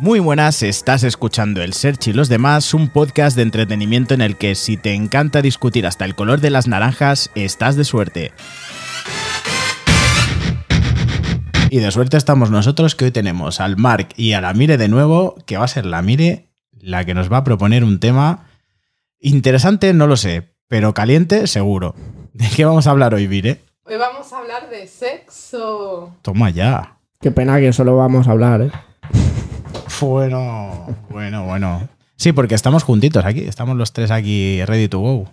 Muy buenas, estás escuchando El Search y los demás, un podcast de entretenimiento en el que si te encanta discutir hasta el color de las naranjas, estás de suerte. Y de suerte estamos nosotros que hoy tenemos al Mark y a la Mire de nuevo, que va a ser la Mire la que nos va a proponer un tema interesante, no lo sé, pero caliente seguro. ¿De qué vamos a hablar hoy, Mire? Hoy vamos a hablar de sexo. Toma ya. Qué pena que solo vamos a hablar, ¿eh? Bueno, bueno, bueno. Sí, porque estamos juntitos aquí, estamos los tres aquí ready to go.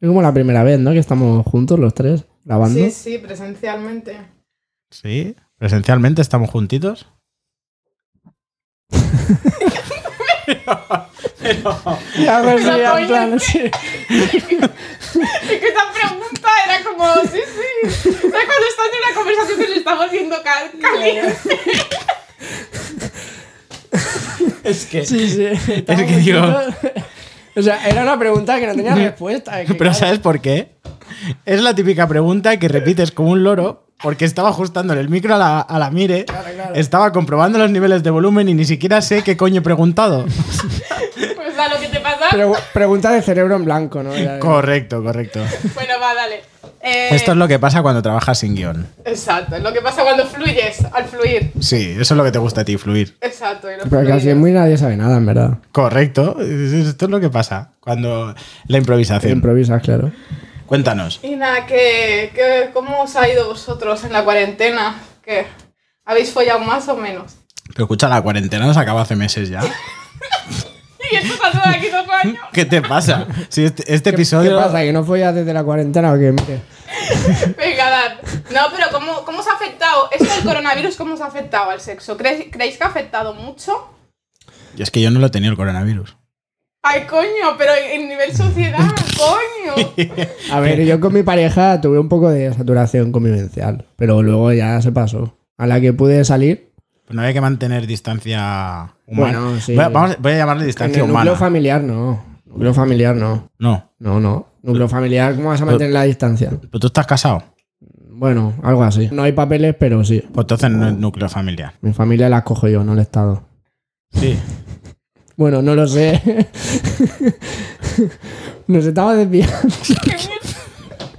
Es como la primera vez, ¿no? Que estamos juntos los tres grabando. Sí, sí, presencialmente. Sí, presencialmente estamos juntitos. Ya me río, en Oye. plan, sí. Es que esa pregunta era como, sí, sí. ¿Sabes cuando estás en una conversación que le estamos viendo cal caliente? Es que. Sí, sí. Estamos que digo- juntos. O sea, era una pregunta que no tenía respuesta. es que, Pero claro, ¿sabes por qué? Es la típica pregunta que repites como un loro porque estaba ajustándole el micro a la, a la mire, Claro, claro. estaba comprobando los niveles de volumen y ni siquiera sé qué coño he preguntado. Pues a lo que te pasa. pre- pregunta de cerebro en blanco, ¿no? Ya- correcto, correcto. Bueno, va, dale. Eh, Esto es lo que pasa cuando trabajas sin guión. Exacto, es lo que pasa cuando fluyes, al fluir. Sí, eso es lo que te gusta a ti, fluir. Exacto. y los Pero casi fluidos. muy nadie sabe nada, en verdad. Correcto, esto es lo que pasa cuando la improvisación. Improvisas, claro. Este Cuéntanos. Y nada, ¿qué, qué, cómo os ha ido vosotros en la cuarentena? ¿Qué? ¿Habéis follado más o menos? Pero escucha, la cuarentena nos acaba hace meses ya. Y esto pasó de aquí dos años. ¿Qué te pasa? Si este, este ¿Qué, episodio... qué pasa? ¿Que no follas desde la cuarentena o qué? Mire. Venga, Dan. No, pero ¿cómo, ¿cómo os ha afectado? ¿Esto del coronavirus cómo os ha afectado al sexo? ¿Creéis, creéis que ha afectado mucho? Y es que yo no lo he tenido el coronavirus. Ay, coño, pero en nivel sociedad, coño. A ver, yo con mi pareja tuve un poco de saturación convivencial, pero luego ya se pasó. A la que pude salir, Pues no había que mantener distancia humana. Bueno, sí. voy, a, vamos- voy a llamarle en distancia el núcleo humana. familiar no. Núcleo familiar no. No, No, no. Núcleo familiar, ¿cómo vas a mantener la distancia? pero tú estás casado. Bueno, algo así. No hay papeles, pero sí. Pues entonces no es núcleo familiar. Mi familia la cojo yo, no el Estado. Sí. Bueno, no lo sé. Nos estaba desviando. ¿Qué mierda,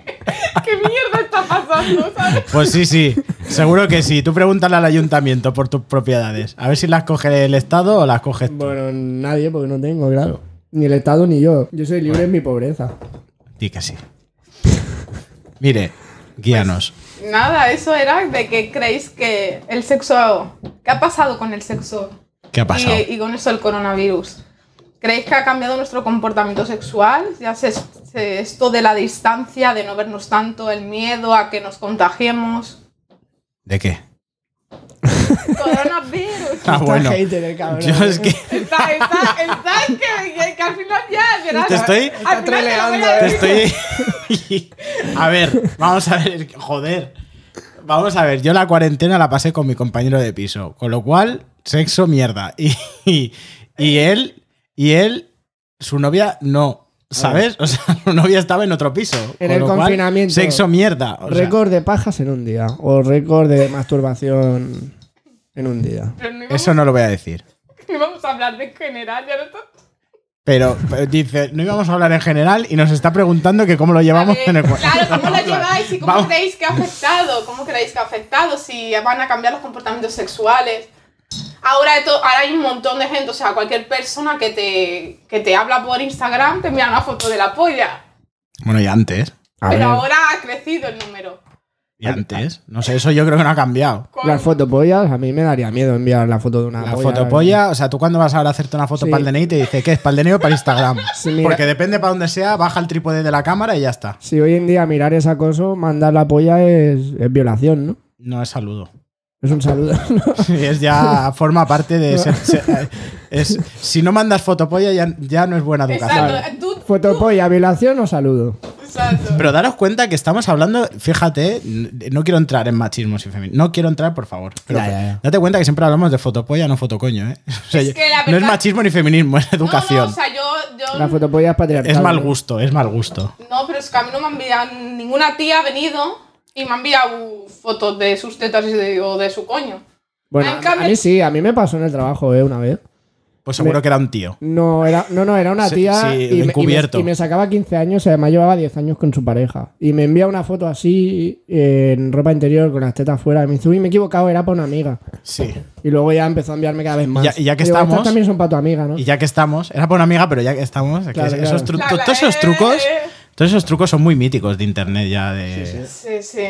¿Qué mierda está pasando? ¿sabes? Pues sí, sí. Seguro que sí. Tú pregúntale al ayuntamiento por tus propiedades. A ver si las coge el Estado o las coges tú. Bueno, nadie, porque no tengo, claro. Ni el Estado ni yo. Yo soy libre en mi pobreza. Di que sí. Mire, guíanos. Nada, eso era de que creéis que el sexo... ¿Qué ha pasado con el sexo? Eh, ¿Qué ha pasado? Y, y con eso el coronavirus. ¿Creéis que ha cambiado nuestro comportamiento sexual? Ya se, se- esto de la distancia, de no vernos tanto, el miedo a que nos contagiemos. ¿De qué? Coronavirus. Ah, Está bueno. hater, el cabrón. ¿eh? Yo es que Está, está, está, que, que- que al final ya, verás. Te estoy- Al final te lo voy a treleando, decir. te estoy... A ver, vamos a ver. es que- Joder. Vamos a ver, yo la cuarentena la pasé con mi compañero de piso. Con lo cual, sexo, mierda. Y, y, y Eh. él, y él, su novia, no. ¿Sabes? O sea, su novia estaba en otro piso. En con el lo cual, confinamiento. sexo, mierda. O sea, récord de pajas en un día. O récord de masturbación en un día. Pero no íbamos, eso no lo voy a decir. no íbamos a hablar de general, ya no está- Pero, pero dice, no íbamos a hablar en general y nos está preguntando que cómo lo llevamos A ver, en el cuerpo. Claro, ¿cómo lo lleváis y cómo Vamos. creéis que ha afectado? ¿Cómo creéis que ha afectado? Si van a cambiar los comportamientos sexuales. Ahora, esto- ahora hay un montón de gente, o sea, cualquier persona que te, que te habla por Instagram te envía una foto de la polla. Bueno, y antes. A Pero ver, ahora ha crecido el número. Y antes. No sé, eso yo creo que no ha cambiado. Con- las fotopollas, a mí me daría miedo enviar la foto de una La polla. eh. fotopolla, o sea, tú cuando vas ahora a hacerte una foto Sí. para el DNI te dice que es para el DNI o para Instagram. Sí, mira. Porque depende para donde sea, baja el trípode de la cámara y ya está. Si hoy en día mirar es acoso, mandar la polla es, es violación, ¿no? No es saludo. Es un saludo. ¿no? Sí, Es ya forma parte de. ser- ser- es, si no mandas fotopolla, ya, ya no es buena educación. Exacto, tú- tú- Fotopolla, violación o saludo. exacto. Pero daros cuenta que estamos hablando, fíjate, n- no quiero entrar en machismos y feminismo. No quiero entrar, por favor. Pero Ya, ya, ya. date cuenta que siempre hablamos de fotopolla, no fotocoño, ¿eh? O sea, Es yo- que la no es verdad- machismo ni feminismo, es No, no, educación. o sea, yo, yo- La fotopolla es patriarcal. es mal ¿no? gusto, es mal gusto. No, pero es que a mí no me han enviado. Ninguna tía ha venido y me ha enviado fotos de sus tetas y de, o de su coño. Bueno, En a- cambio- a mí sí, a mí me pasó en el trabajo, ¿eh? Una vez. Pues seguro que era un tío. No, era, no, no, era una Sí, tía sí, y, me- y me, encubierto. y me sacaba 15 años y además llevaba 10 años con su pareja. Y me envía una foto así eh, en ropa interior con las tetas fuera. Y me dice, uy, me he equivocado, era para una amiga. Sí. Y luego ya empezó a enviarme cada vez más. Ya- y ya que Digo, estamos- Estas también son para tu amiga, ¿no? Y ya que estamos, era para una amiga, pero ya que estamos, que Claro, esos claro. tru- La, la, todos esos eh. trucos, todos esos trucos son muy míticos de internet ya de, Sí, sí.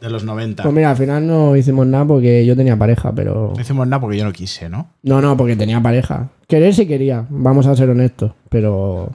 de los 90. Pues mira, al final no hicimos nada porque yo tenía pareja, pero... No hicimos nada porque yo no quise, ¿no? No, no, porque tenía pareja. Querer sí quería, vamos a ser honestos, pero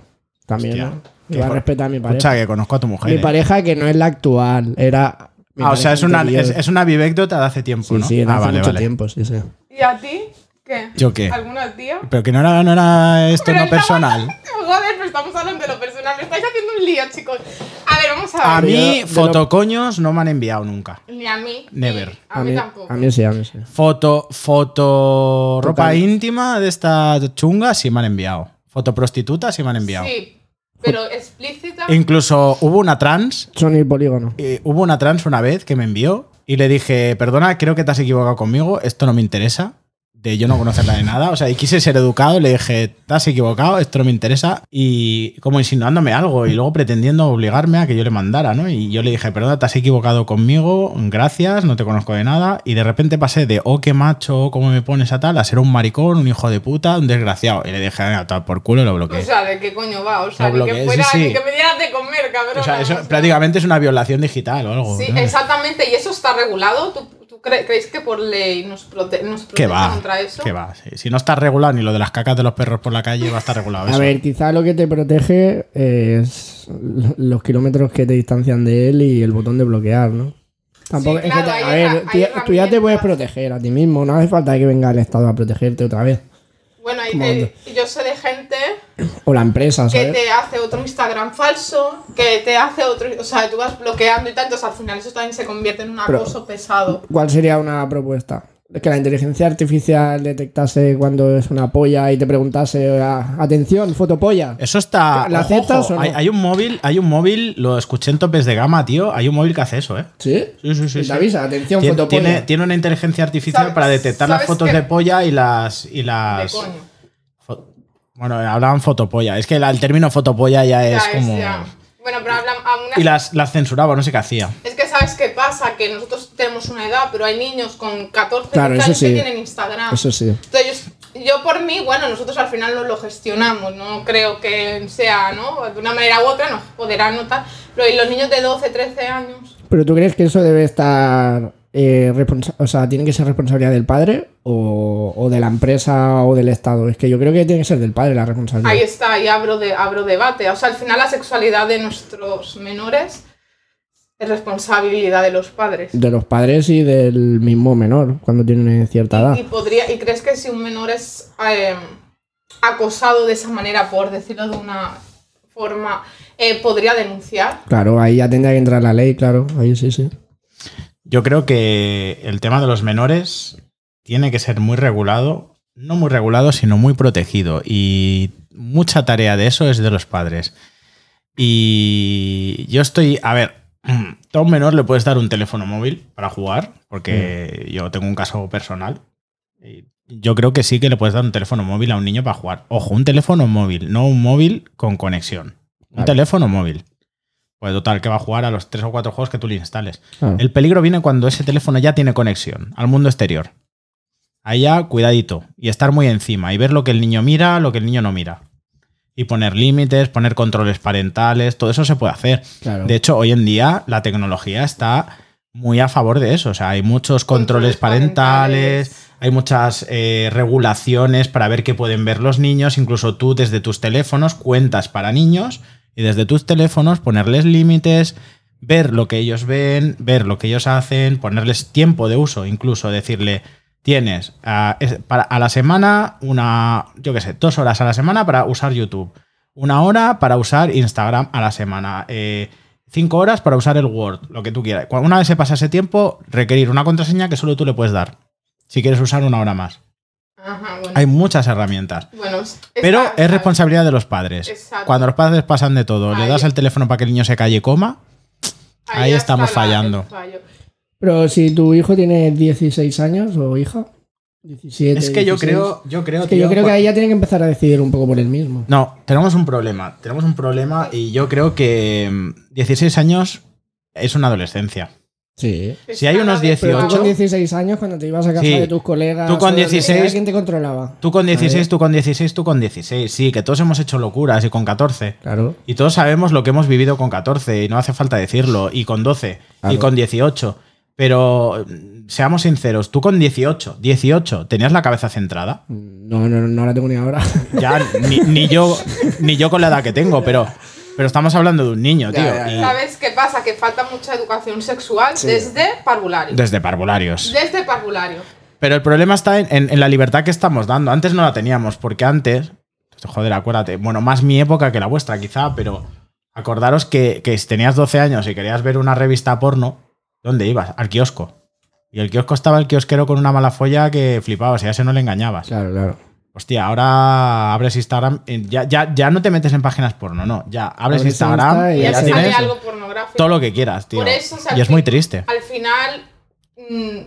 también Hostia, ¿no? qué iba a fuerte. respetar a mi pareja. Escucha, que conozco a tu mujer. Mi ¿eh? pareja que no es la actual, era... mi Ah, o sea, pareja es una, anterior. es, es una vivécdota de hace tiempo, Sí, ¿no? sí, era ah, hace vale, mucho vale. tiempo, sí, sí. ¿Y a ti? ¿Qué? ¿Yo qué? ¿Alguna tía? Pero que no era, no era esto Pero no estamos- personal. Joder, pero estamos hablando de lo personal. Me estáis haciendo un lío, chicos. A ver, vamos a A ver. mí, de lo- fotocoños no me han enviado nunca. Ni a mí. Never. ni A, mí, tampoco. a mí sí, a mí sí. Foto, foto, ropa Total. íntima de esta chunga sí me han enviado. Foto prostituta sí me han enviado. Sí. Pero explícita. Incluso hubo una trans, Sony Polígono. eh, hubo una trans una vez que me envió y le dije, perdona, creo que te has equivocado conmigo, esto no me interesa, de yo no conocerla de nada, o sea, y quise ser educado, y le dije, te has equivocado, esto no me interesa, y como insinuándome algo y luego pretendiendo obligarme a que yo le mandara, ¿no? Y yo le dije, perdona, te has equivocado conmigo, gracias, no te conozco de nada, y de repente pasé de, oh, qué macho, cómo me pones a tal, a ser un maricón, un hijo de puta, un desgraciado, y le dije, "Venga, tal por culo y lo bloqueé. O sea, ¿de qué coño va? O sea, Lo ni que bloqueé, fuera, sí, sí. ni que me dieras de comer, cabrón. O sea, eso O sea, prácticamente es una violación digital o algo. Sí, ¿no? exactamente. ¿Y eso está regulado? ¿Tú, tú cre- crees que por ley nos, prote nos ¿Qué protege va? contra eso? ¿Qué va? Si, si no está regulado ni lo de las cacas de los perros por la calle, va a estar regulado. A eso. ver, quizá lo que te protege es lo- los kilómetros que te distancian de él y el botón de bloquear, ¿no? Tampoco Sí, es claro, que te- a hay ver, otra- tú hay ya- otra tú ya te herramienta. puedes proteger a ti mismo, no hace falta que venga el Estado a protegerte otra vez. Bueno, hay- ¿Cómo eh, yo sé de gente O la empresa, que ¿sabes? te hace otro Instagram falso, que te hace otro... O sea, tú vas bloqueando y tal, entonces al final eso también se convierte en un Pero- acoso pesado. ¿Cuál sería una propuesta? Que la inteligencia artificial detectase cuando es una polla y te preguntase, "Ah, atención, fotopolla. Eso está. ¿La ojo, aceptas ojo, o no? hay, hay un móvil, hay un móvil, lo escuché en topes de gama, tío. Hay un móvil que hace eso, ¿eh? ¿Sí? Sí, sí, Y te avisa, atención, Tiene, fotopolla. tiene, tiene una inteligencia artificial ¿Sabes- para detectar las sabes fotos qué? de polla y las. Y De las coño. fo- bueno, hablaban fotopolla. Es que la- el término fotopolla ya es Ya, es como. ya. Bueno, pero hablan a una... Y las, las censuraba, no sé qué hacía. Es que sabes qué pasa, que nosotros tenemos una edad, pero hay niños con 14 Claro, eso años sí. que tienen Instagram. Eso sí. Entonces, yo, yo por mí, bueno, nosotros al final lo, lo gestionamos, no creo que sea, ¿no? De una manera u otra nos podrá notar. Pero ¿y los niños de 12, 13 años? ¿Pero tú crees que eso debe estar... eh, responsa- o sea, ¿tiene que ser responsabilidad del padre o, o de la empresa o del Estado? Es que yo creo que tiene que ser del padre la responsabilidad. Ahí está, ahí abro, de, abro debate. O sea, al final la sexualidad de nuestros menores es responsabilidad de los padres. De los padres y del mismo menor, cuando tiene cierta Ah. edad. Y, podría, ¿Y crees que si un menor es eh, acosado de esa manera, por decirlo de una forma, eh, podría denunciar? Claro, ahí ya tendría que entrar la ley, claro. Ahí sí, sí. Yo creo que el tema de los menores tiene que ser muy regulado, no muy regulado, sino muy protegido. Y mucha tarea de eso es de los padres. Y yo estoy, a ver, a un menor le puedes dar un teléfono móvil para jugar, porque yo tengo un caso personal. Y Yo creo que sí que le puedes dar un teléfono móvil a un niño para jugar. Ojo, un teléfono móvil, no un móvil con conexión. Un Claro. teléfono móvil. Pues total, que va a jugar a los tres o cuatro juegos que tú le instales. Claro. El peligro viene cuando ese teléfono ya tiene conexión al mundo exterior. Ahí ya, cuidadito. Y estar muy encima. Y ver lo que el niño mira, lo que el niño no mira. Y poner límites, poner controles parentales, todo eso se puede hacer. Claro. De hecho, hoy en día la tecnología está muy a favor de eso. O sea, hay muchos controles, Controles parentales, parentales. hay muchas eh, regulaciones para ver qué pueden ver los niños. Incluso tú desde tus teléfonos cuentas para niños y desde tus teléfonos ponerles límites, ver lo que ellos ven, ver lo que ellos hacen, ponerles tiempo de uso, incluso decirle... Tienes ah, es- para- a la semana una, yo qué sé, dos horas a la semana para usar YouTube una hora para usar Instagram a la semana, eh, cinco horas para usar el Word, lo que tú quieras. Cu- Una vez se pasa ese tiempo, requerir una contraseña que solo tú le puedes dar, si quieres usar una hora más. Ajá, bueno. Hay muchas herramientas, Bueno, es- pero está- es responsabilidad de los padres. Exacto. Cuando los padres pasan de todo, le Ahí- das el teléfono para que el niño se calle y coma, ahí ya estamos está la- fallando. el fallo. Pero si tu hijo tiene 16 años o hija, 17. Es que yo 16, creo, yo creo, es que tío, yo creo que por- ahí ya tiene que empezar a decidir un poco por él mismo. No, tenemos un problema. Tenemos un problema y yo creo que mm, 16 años es una adolescencia. Sí. Si hay unos Pero tú 18. con 16 años, cuando te ibas a casa Sí. de tus colegas, Tú con o de donde sea, 16, ¿quién te controlaba? Tú con 16, Ahí. tú con 16, tú con 16. Sí, que todos hemos hecho locuras y con 14. Claro. Y todos sabemos lo que hemos vivido con 14 y no hace falta decirlo. Y con 12 y Claro. con 18. Pero mm, seamos sinceros, tú con 18, 18, ¿tenías la cabeza centrada? No, no, no la tengo ni ahora. Ya, ni, ni yo, ni yo con la edad que tengo, pero, pero estamos hablando de un niño, Ya, tío. ya, y- ¿Sabes qué pasa? Que falta mucha educación sexual Sí. desde parvulario. desde parvularios. Desde parvulario. Pero el problema está en, en- en la libertad que estamos dando. Antes no la teníamos, porque antes, pues, joder, acuérdate, bueno, más mi época que la vuestra quizá, pero acordaros que, que si tenías 12 años y querías ver una revista porno, ¿dónde ibas? Al kiosco. Y el kiosco estaba el kiosquero con una mala folla que flipabas y a ese no le engañabas. claro, claro. Hostia, ahora abres Instagram, eh, ya, ya, ya no te metes en páginas porno, no, ya abres, Abres Instagram Insta y Y ya ya ya sale tienes algo pornográfico. todo lo que quieras, tío. Por eso, o sea, y es que muy triste. Al final, mm,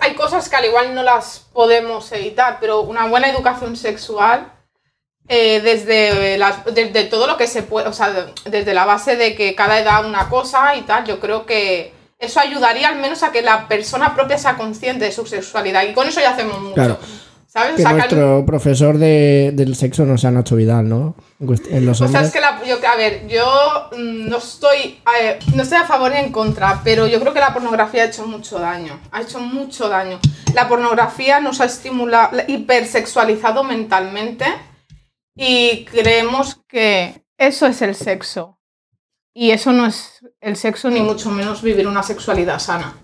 hay cosas que al igual no las podemos evitar, pero una buena educación sexual, eh, desde, las- desde todo lo que se puede, o sea, de- desde la base de que cada edad una cosa y tal, yo creo que eso ayudaría al menos a que la persona propia sea consciente de su sexualidad. Y con eso ya hacemos mucho. Claro. ¿Sabes? O Que sea, que al- nuestro profesor de, del sexo no sea Nacho Vidal, ¿no? En cuest- En los O sea, es hombres. que la, yo, a ver, yo mm, no estoy, eh, no estoy a favor ni en contra, pero yo creo que la pornografía ha hecho mucho daño, ha hecho mucho daño. La pornografía nos ha estimulado, hipersexualizado mentalmente y creemos que eso es el sexo. Y eso no es el sexo, ni mucho menos vivir una sexualidad sana.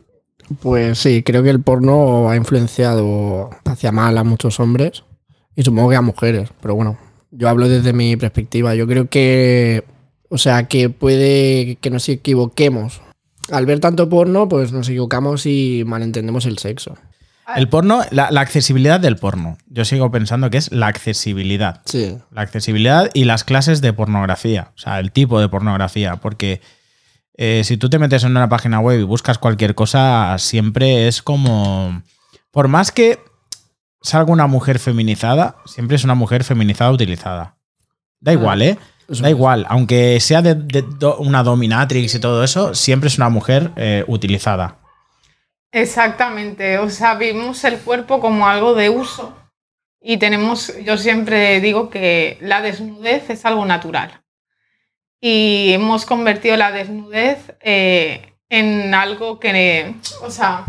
Pues sí, creo que el porno ha influenciado hacia mal a muchos hombres y supongo que a mujeres, pero bueno, yo hablo desde mi perspectiva. Yo creo que, o sea, que puede que nos equivoquemos. Al ver tanto porno, pues nos equivocamos y malentendemos el sexo. El porno, la, la accesibilidad del porno. Yo sigo pensando que es la accesibilidad. Sí. La accesibilidad y las clases de pornografía. O sea, el tipo de pornografía. Porque eh, si tú te metes en una página web y buscas cualquier cosa, siempre es como. Por más que salga una mujer feminizada, siempre es una mujer feminizada utilizada. Da igual, ¿eh? Ah, Eso Da es. igual, aunque sea de, de do- una dominatrix y todo eso, siempre es una mujer eh, utilizada. Exactamente, o sea, vimos el cuerpo como algo de uso y tenemos, yo siempre digo que la desnudez es algo natural y hemos convertido la desnudez eh, en algo que, o sea,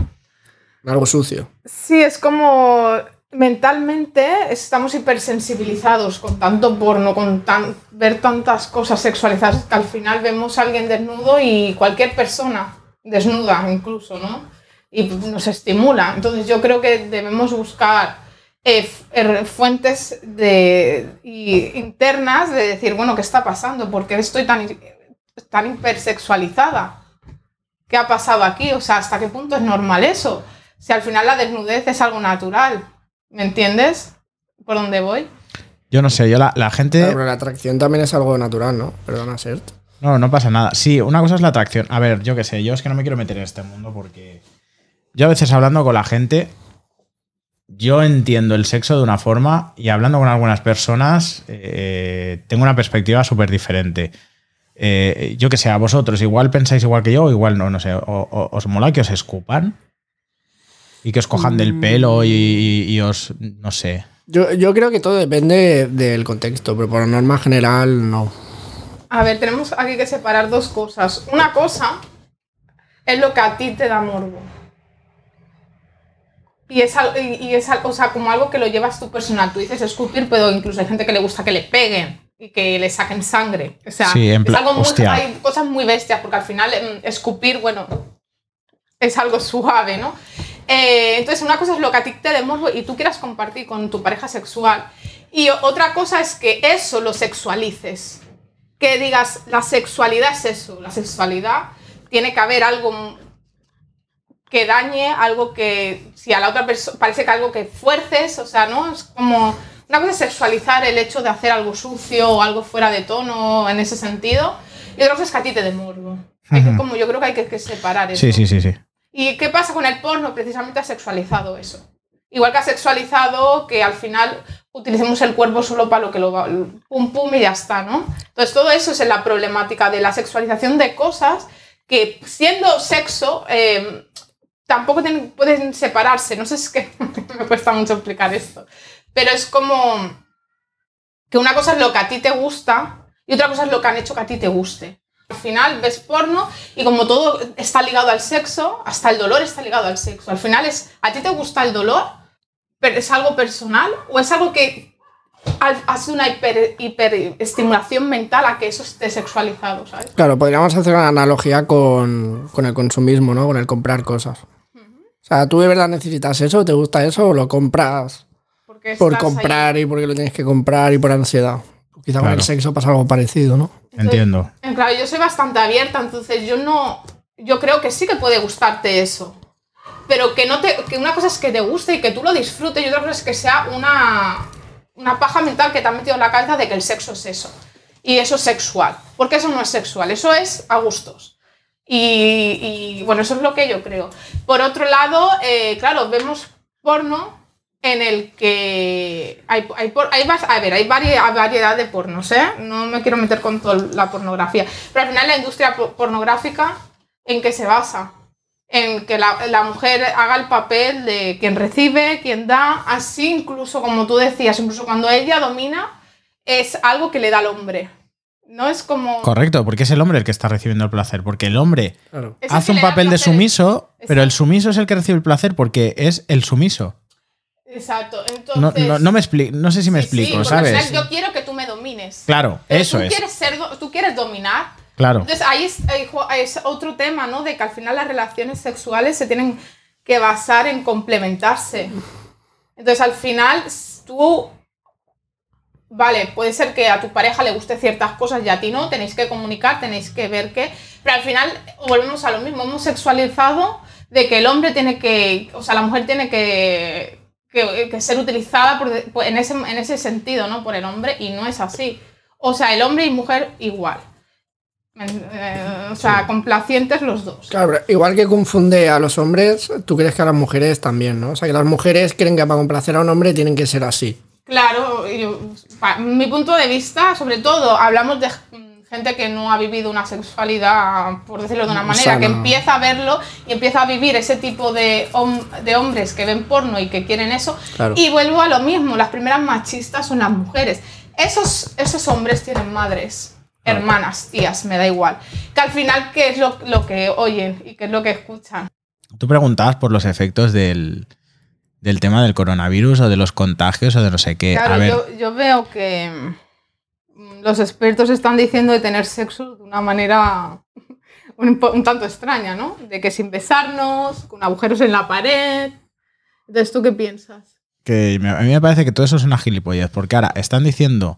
Algo sucio. sí, es como mentalmente estamos hipersensibilizados con tanto porno, con tan, ver tantas cosas sexualizadas que al final vemos a alguien desnudo y cualquier persona desnuda incluso, ¿no? Y nos estimula. Entonces yo creo que debemos buscar eh, f- er- fuentes de, y internas de decir, bueno, ¿qué está pasando? ¿Por qué estoy tan, hi- tan hipersexualizada? ¿Qué ha pasado aquí? O sea, ¿hasta qué punto es normal eso? Si al final la desnudez es algo natural, ¿me entiendes? ¿Por dónde voy? Yo no sé, yo la, la gente. Pero la atracción también es algo natural, ¿no? Perdona, Sert. No, no pasa nada. Sí, una cosa es la atracción. A ver, yo qué sé, yo es que no me quiero meter en este mundo porque yo a veces hablando con la gente, yo entiendo el sexo de una forma y hablando con algunas personas eh, tengo una perspectiva súper diferente. Eh, yo que sé, a vosotros igual pensáis igual que yo o igual no, no sé, o- o- os mola que os escupan y que os cojan del pelo y, y- y os, no sé. Yo, yo creo que todo depende del contexto, pero por norma general, no. A ver, tenemos aquí que separar dos cosas. Una cosa es lo que a ti te da morbo. Y es, al- y, y es al- o sea, como algo que lo llevas tu personal. Tú dices escupir, pero incluso hay gente que le gusta que le peguen y que le saquen sangre. O sea, Sí, en es pla- algo muy- hostia. hay cosas muy bestias, porque al final mm, escupir, bueno, es algo suave, ¿no? Eh, entonces, una cosa es lo que a ti te dé morbo y tú quieras compartir con tu pareja sexual. Y o- otra cosa es que eso lo sexualices. Que digas, la sexualidad es eso. La sexualidad tiene que haber algo m- que dañe, algo que, si a la otra persona, parece que algo que fuerces, o sea, ¿no? Es como, una cosa es sexualizar el hecho de hacer algo sucio o algo fuera de tono en ese sentido. Y otra cosa es que a ti te dé morbo. Hay que- Ujú. como yo creo que hay que, que separar eso. Sí, sí, sí, sí. ¿Y qué pasa con el porno? Precisamente ha sexualizado eso. Igual que ha sexualizado que al final utilicemos el cuerpo solo para lo que lo va, pum pum y ya está, ¿no? Entonces todo eso es la problemática de la sexualización de cosas que siendo sexo eh, tampoco ten- pueden separarse. No sé, es que me cuesta mucho explicar esto. Pero es como que una cosa es lo que a ti te gusta y otra cosa es lo que han hecho que a ti te guste. Al final ves porno y como todo está ligado al sexo, hasta el dolor está ligado al sexo. Al final es, ¿a ti te gusta el dolor? ¿Pero es algo personal o es algo que ha- hace una hiper- hiperestimulación mental a que eso esté sexualizado, ¿sabes? Claro, podríamos hacer una analogía con, con el consumismo, ¿no? Con el comprar cosas. O sea, ¿tú de verdad necesitas eso? ¿Te gusta eso? ¿O lo compras Porque por estás ahí. comprar y porque lo tienes que comprar y por ansiedad? Pues Quizá con Claro. el sexo pasa algo parecido, ¿no? Entiendo. Eh, Claro, yo soy bastante abierta, entonces yo no. Yo creo que sí que puede gustarte eso. Pero que no te. Que una cosa es que te guste y que tú lo disfrutes, y otra cosa es que sea una. Una paja mental que te ha metido en la cabeza de que el sexo es eso. Y eso es sexual. Porque eso no es sexual, eso es a gustos. Y, y, bueno, eso es lo que yo creo. Por otro lado, eh, claro, vemos porno en el que hay, hay, por- hay vas- a ver, hay varie- hay variedad de pornos, ¿eh? No me quiero meter con toda la pornografía, pero al final la industria po- pornográfica en qué se basa, en que la, la mujer haga el papel de quien recibe, quien da, así incluso como tú decías, incluso cuando ella domina es algo que le da al hombre. No es como Correcto, porque es el hombre el que está recibiendo el placer. Porque el hombre Claro. es el hace que un le da papel de placer. sumiso, pero el Exacto. sumiso es el que recibe el placer porque es el sumiso. Exacto. No, Entonces, no, no me expli- no sé si me sí, sí, explico, porque al ¿sabes? final yo quiero que tú me domines. Claro, Pero eso tú es. Quieres ser, do- tú quieres dominar. Claro. Entonces ahí es, ahí ju- es otro tema, ¿no? De que al final las relaciones sexuales se tienen que basar en complementarse. Entonces al final s- tú, vale, puede ser que a tu pareja le guste ciertas cosas y a ti no, tenéis que comunicar, tenéis que ver qué, pero al final volvemos a lo mismo, hemos sexualizado de que el hombre tiene que, o sea, la mujer tiene que, que- que ser utilizada por de- por- en, ese, en ese sentido, ¿no? Por el hombre y no es así. O sea, el hombre y mujer igual. Eh, o sea, complacientes los dos. Claro, pero igual que confunde a los hombres, tú crees que a las mujeres también, ¿no? O sea, que las mujeres creen que para complacer a un hombre tienen que ser así. Claro, yo- pa- mi punto de vista, sobre todo, hablamos de mm, gente que no ha vivido una sexualidad, por decirlo de una manera, Sana. que empieza a verlo y empieza a vivir ese tipo de, hom- de hombres que ven porno y que quieren eso. Claro. Y vuelvo a lo mismo, las primeras machistas son las mujeres. Esos, esos hombres tienen madres, hermanas, tías, me da igual. Que al final, ¿qué es lo, lo que oyen y qué es lo que escuchan? Tú preguntabas por los efectos del, del tema del coronavirus o de los contagios o de no sé qué. Eh, a Claro, ver, yo, yo veo que mm, los expertos están diciendo de tener sexo de una manera un, po- un tanto extraña, ¿no? De que sin besarnos, con agujeros en la pared. Entonces, ¿tú qué piensas? que me- a mí me parece que todo eso es una gilipollez, porque ahora están diciendo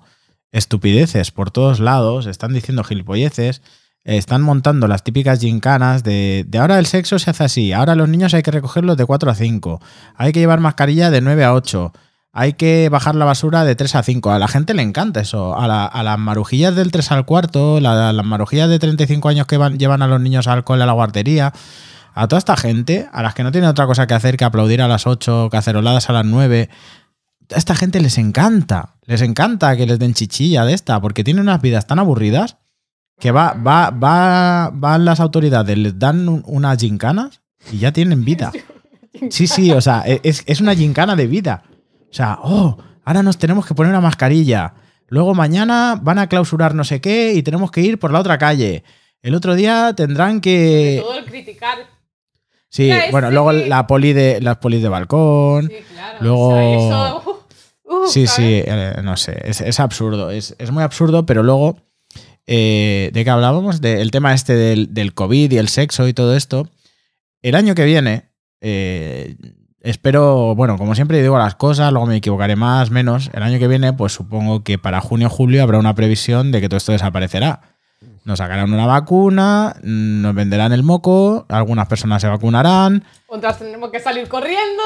estupideces por todos lados, están diciendo gilipolleces, eh, están montando las típicas gincanas de, de ahora el sexo se hace así, ahora los niños hay que recogerlos de 4 a 5, hay que llevar mascarilla de 9 a 8, hay que bajar la basura de 3 a 5. A la gente le encanta eso, a, la- a las marujillas del 3 al cuarto, la- las marujillas de 35 años que van- llevan a los niños al cole, a la guardería, a toda esta gente, a las que no tiene otra cosa que hacer que aplaudir a las 8, caceroladas a las 9, a esta gente les encanta, les encanta que les den chichilla de esta, porque tienen unas vidas tan aburridas que va, va, va, van las autoridades, les dan un- unas gincanas y ya tienen vida. Sí, sí, o sea, e, es, es una gincana de vida. O sea, oh, ahora nos tenemos que poner una mascarilla. Luego mañana van a clausurar no sé qué y tenemos que ir por la otra calle. El otro día tendrán que... Todo el criticar. Sí, Ya, es bueno, de luego que- la poli de las polis de balcón. Sí, claro. Luego- o sea, eso, uh, uh, Sí, sí, ¿sabes? eh, no sé, es, es absurdo, es, es muy absurdo, pero luego, eh, ¿de qué hablábamos? Del tema este del, del COVID y el sexo y todo esto. El año que viene, eh, espero, bueno, como siempre digo las cosas, luego me equivocaré más, menos. El año que viene, pues supongo que para junio o julio habrá una previsión de que todo esto desaparecerá. Nos sacarán una vacuna, mm, nos venderán el moco, algunas personas se vacunarán, Otras tenemos que salir corriendo.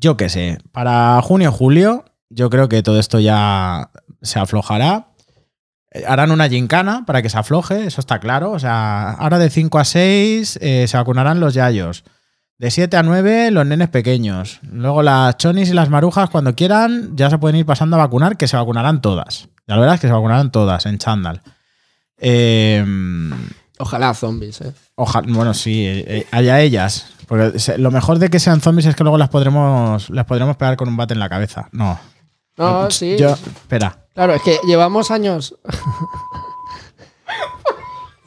yo qué sé, para junio julio, yo creo que todo esto ya se aflojará. eh, harán una gincana para que se afloje, eso está claro. O sea, ahora de 5 a 6 eh, se vacunarán los yayos. De 7 a 9 los nenes pequeños. Luego las chonis y las marujas cuando quieran ya se pueden ir pasando a vacunar, que se vacunarán todas. Ya lo verás que se vacunarán todas en chándal. Eh, Ojalá zombies, eh. Ojalá, bueno, sí, eh, eh, allá ellas. Porque se- lo mejor de que sean zombies es que luego las podremos, las podremos pegar con un bate en la cabeza. No. Ah, No, Ah, sí. Yo, espera, Claro, es que llevamos años.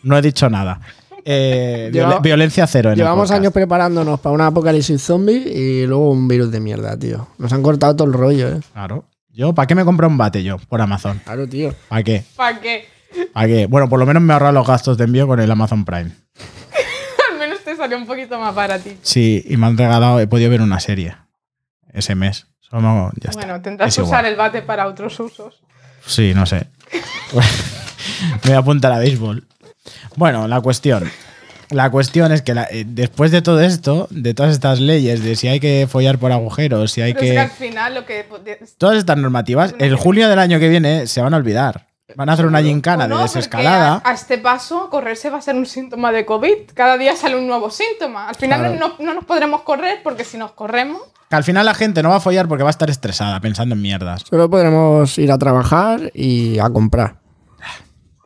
no he dicho nada. Eh, Lleva- viol- violencia cero. En el llevamos podcast. años preparándonos para un apocalipsis zombie y luego un virus de mierda, tío. Nos han cortado todo el rollo, eh. Claro. Yo, ¿para qué me compré un bate yo por Amazon? Claro, tío. ¿Para qué? ¿Para qué? ¿Para qué? Bueno, por lo menos me ahorra los gastos de envío con el Amazon Prime. Al menos te salió un poquito más baratito. Sí, y me han regalado, he podido ver una serie ese mes. Somos, ya está. bueno, tendrás Es que igual. usar el bate para otros usos. Sí, no sé. Me voy a apuntar a béisbol. Bueno, la cuestión. La cuestión es que la- eh, después de todo esto, de todas estas leyes, de si hay que follar por agujeros, si hay Pero es que al que. final lo que. de- Todas estas normativas, el julio del año que viene se van a olvidar. Van a hacer una gincana No, de porque desescalada. A, a este paso, correrse va a ser un síntoma de COVID. Cada día sale un nuevo síntoma. Al final Claro. no, no nos podremos correr porque si nos corremos. Que al final la gente no va a follar porque va a estar estresada pensando en mierdas. Solo podremos ir a trabajar y a comprar.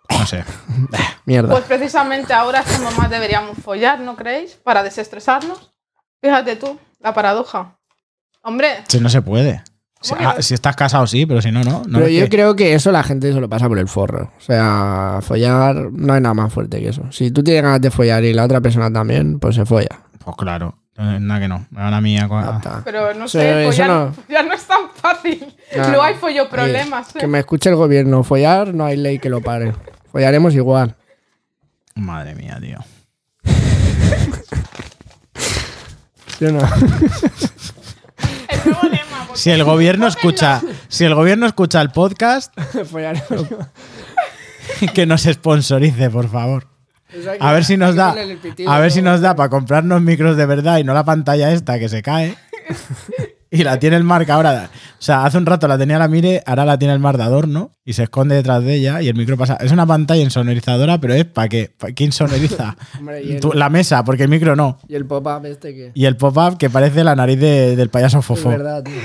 No sé. Mierda. Pues precisamente ahora estas mamás deberíamos follar, ¿no creéis? Para desestresarnos. Fíjate tú, la paradoja. Hombre, Si no se puede. Si, ¿Cómo que ah, no? si estás casado, sí, pero si no, no. no Pero es yo que- creo que eso la gente se lo pasa por el forro. O sea, follar no hay nada más fuerte que eso. Si tú tienes ganas de follar y la otra persona también, pues se folla. Pues claro. eh, Nada que no. Me van a mí a- Ya a- está. pero no Sí, sé, eso follar, no. follar no es tan fácil. Claro. Luego hay folloproblemas. Eh, ¿eh? Que me escuche el gobierno. Follar no hay ley que lo pare. Follaremos igual. Madre mía, tío. ¿Sí o no? ¿eh? El nuevo lema, porque- Si el gobierno escucha, si el gobierno escucha el podcast, Follaremos. que nos sponsorice, por favor. A ver si nos da, a ver si nos da para comprarnos micros de verdad y no la pantalla esta que se cae. Y la tiene el mar que ahora. O sea, hace un rato la tenía la mire, ahora la tiene el mar de adorno y se esconde detrás de ella y el micro pasa. Es una pantalla insonorizadora, pero es para que. pa- ¿Quién sonoriza? Hombre, y el- Tú- la mesa, porque el micro no. Y el pop-up este que. Y el pop-up que parece la nariz de- del payaso Es fofo. verdad, tío.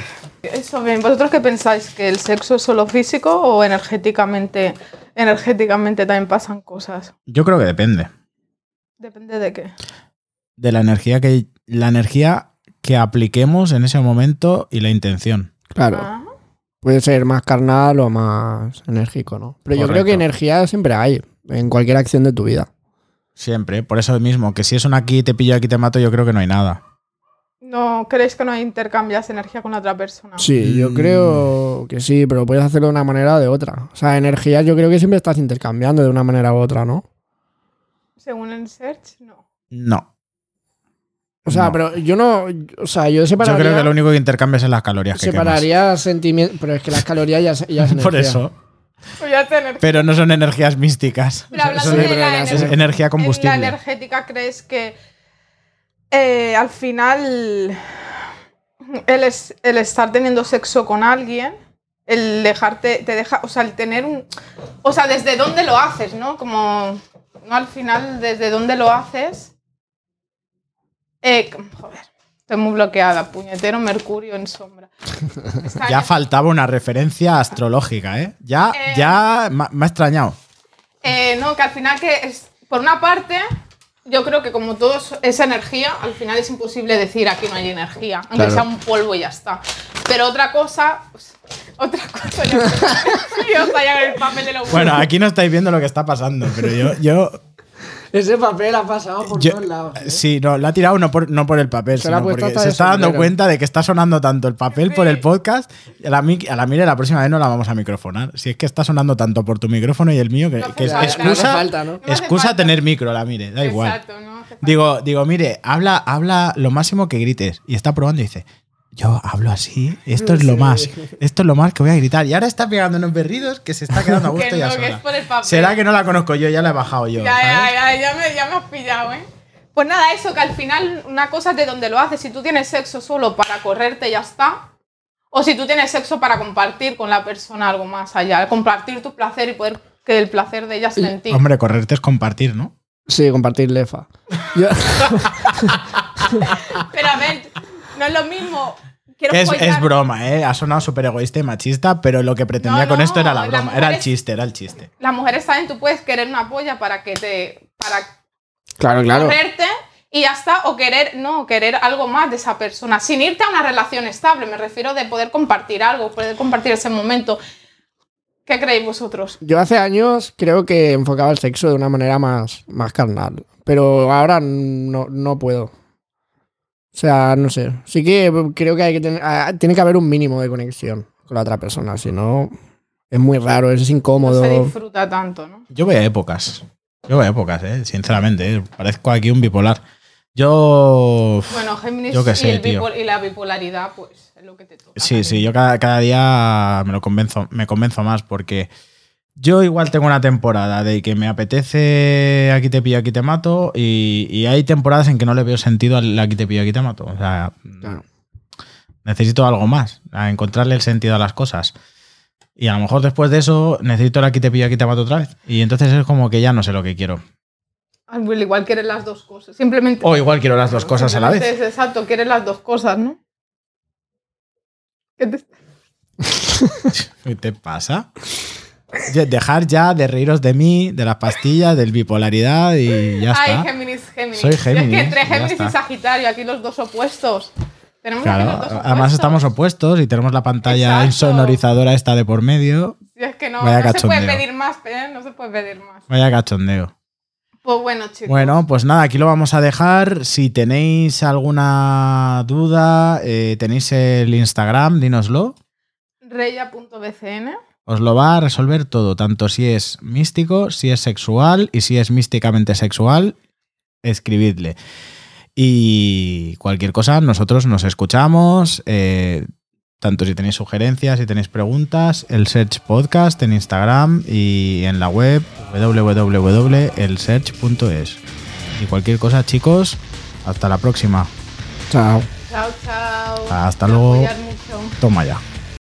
Eso bien, ¿vosotros qué pensáis? ¿Que el sexo es solo físico o energéticamente, energéticamente también pasan cosas? Yo creo que depende. Depende de qué. de la energía que la energía que apliquemos en ese momento y la intención. Claro. Ah, Puede ser más carnal o más enérgico, ¿no? Pero yo creo que Correcto. energía siempre hay en cualquier acción de tu vida. Siempre, por eso mismo, que si es un aquí te pillo, aquí te mato, yo creo que no hay nada. ¿No creéis que no intercambias energía con la otra persona? Sí, yo Mm. creo que sí, pero puedes hacerlo de una manera o de otra. O sea, energía yo creo que siempre estás intercambiando de una manera u otra, ¿no? Según el search, no. No. O sea, No. pero yo no. O sea, yo Yo separaría. creo que lo único que intercambias es las calorías que separaría sentimientos. Pero es que las calorías ya, se- ya es quemas. Por energía. eso. Voy a Pues tener- Pero no son energías místicas. Pero hablando Son de ener- libros de la las- es energía, energía en la combustible. energética, ¿crees que eh, al final el, es- el estar teniendo sexo con alguien, el dejarte, te deja, o sea, el tener un... O sea, desde dónde lo haces, ¿no? Como, ¿no? Al final, desde dónde lo haces... Eh, c- joder, estoy muy bloqueada, puñetero Mercurio en sombra. Está Ya en- faltaba una referencia astrológica, ¿eh? Ya, Eh. ya ma- me ha extrañado. Eh, no, que al final que es, por una parte, yo creo que como todo es- es energía, al final es imposible decir aquí no hay energía, aunque Claro. sea un polvo y ya está. Pero otra cosa, pues, otra cosa, ya yo ya en el papel de lo Bueno, aquí no estáis viendo lo que está pasando, pero yo, yo Ese papel ha pasado por Yo- todos lados. ¿eh? Sí, no, la ha tirado no por, no por el papel, Se la ha sino puesto porque hasta se de está dando sombrero. cuenta de que está sonando tanto el papel por el Sí. podcast. y A la, mi- a la Mire la próxima vez no la vamos a microfonar. Si es que está sonando tanto por tu micrófono y el mío que, No hace que es falta. excusa, No hace falta, ¿no? No hace excusa falta. tener micro, la Mire, da igual. Exacto, ¿no? hace falta. Digo, digo, mire, habla, habla lo máximo que grites. Y está probando y dice, yo hablo así, esto es lo Sí. más, esto es lo más que voy a gritar. Y ahora está pegando unos berridos que se está quedando a gusto Que ya no, que sola. es por el papel. Será que no la conozco yo, ya la he bajado yo. Ya, ¿sabes? ya, ya, ya me, ya me has pillado, ¿eh? Pues nada, eso, que al final una cosa es de donde lo haces. Si tú tienes sexo solo para correrte, ya está. O si tú tienes sexo para compartir con la persona algo más allá, compartir tu placer y poder que del placer de ellas en ti. Hombre, correrte es compartir, ¿no? Sí, compartir lefa. Yo- Pero a ver, no es lo mismo. Quiero Es, follar- es broma, ¿eh? Ha sonado súper egoísta y machista, pero lo que pretendía No, con no, esto era la las broma. Era el mujeres- chiste, era el chiste. Las mujeres saben, tú puedes querer una polla para que te. para claro, claro. correrte y ya está, o querer, no, querer algo más de esa persona, sin irte a una relación estable, me refiero de poder compartir algo, poder compartir ese momento. ¿Qué creéis vosotros? Yo hace años creo que enfocaba el sexo de una manera más, más carnal. Pero ahora no, no puedo. O sea, no sé. Sí que creo que hay que tener. ah, Tiene que haber un mínimo de conexión con la otra persona. Si no, es muy raro, es No incómodo. se disfruta tanto, ¿no? Yo voy a épocas. Yo voy a épocas, ¿eh? Sinceramente, ¿eh? parezco aquí un bipolar. Yo. Bueno, Géminis Yo qué sé, y, el tío. bipo- y la bipolaridad, pues es lo que te toca. Sí, sí, yo cada, cada día me lo convenzo, me convenzo más porque yo igual tengo una temporada de que me apetece aquí te pillo, aquí te mato y, y hay temporadas en que no le veo sentido al aquí te pillo, aquí te mato. O sea, Claro. necesito algo más, a encontrarle el sentido a las cosas. Y a lo mejor después de eso necesito el aquí te pillo, aquí te mato otra vez. Y entonces es como que ya no sé lo que quiero. Al Will igual quieres las dos cosas, simplemente. O igual quiero las dos cosas a la vez. simplemente es Exacto, quieres las dos cosas, ¿no? ¿Qué te- ¿Qué te pasa? Ya- Dejar ya de reíros de mí, de las pastillas, del bipolaridad y ya Ay, está. Géminis, Géminis. Soy Y Es Géminis, que entre ya Géminis está. y Sagitario, aquí los dos opuestos. Tenemos aquí Claro, los dos opuestos. además estamos opuestos y tenemos la pantalla Exacto. insonorizadora esta de por medio. Si es que no, Vaya no se puede cachondeo. pedir más, ¿eh? No se puede pedir más. Vaya cachondeo. Pues bueno, chicos. Bueno, pues nada, aquí lo vamos a dejar. Si tenéis alguna duda, eh, tenéis el Instagram, dínoslo. Reya.bcn. Os lo va a resolver todo, tanto si es místico, si es sexual y si es místicamente sexual, escribidle. Y cualquier cosa, nosotros nos escuchamos, eh, tanto si tenéis sugerencias, si tenéis preguntas, el Search Podcast en Instagram y en la web www.elsearch.es. Y cualquier cosa, chicos, hasta la próxima. Chao. Chao, chao. Hasta Me luego. apoyar mucho. Toma ya.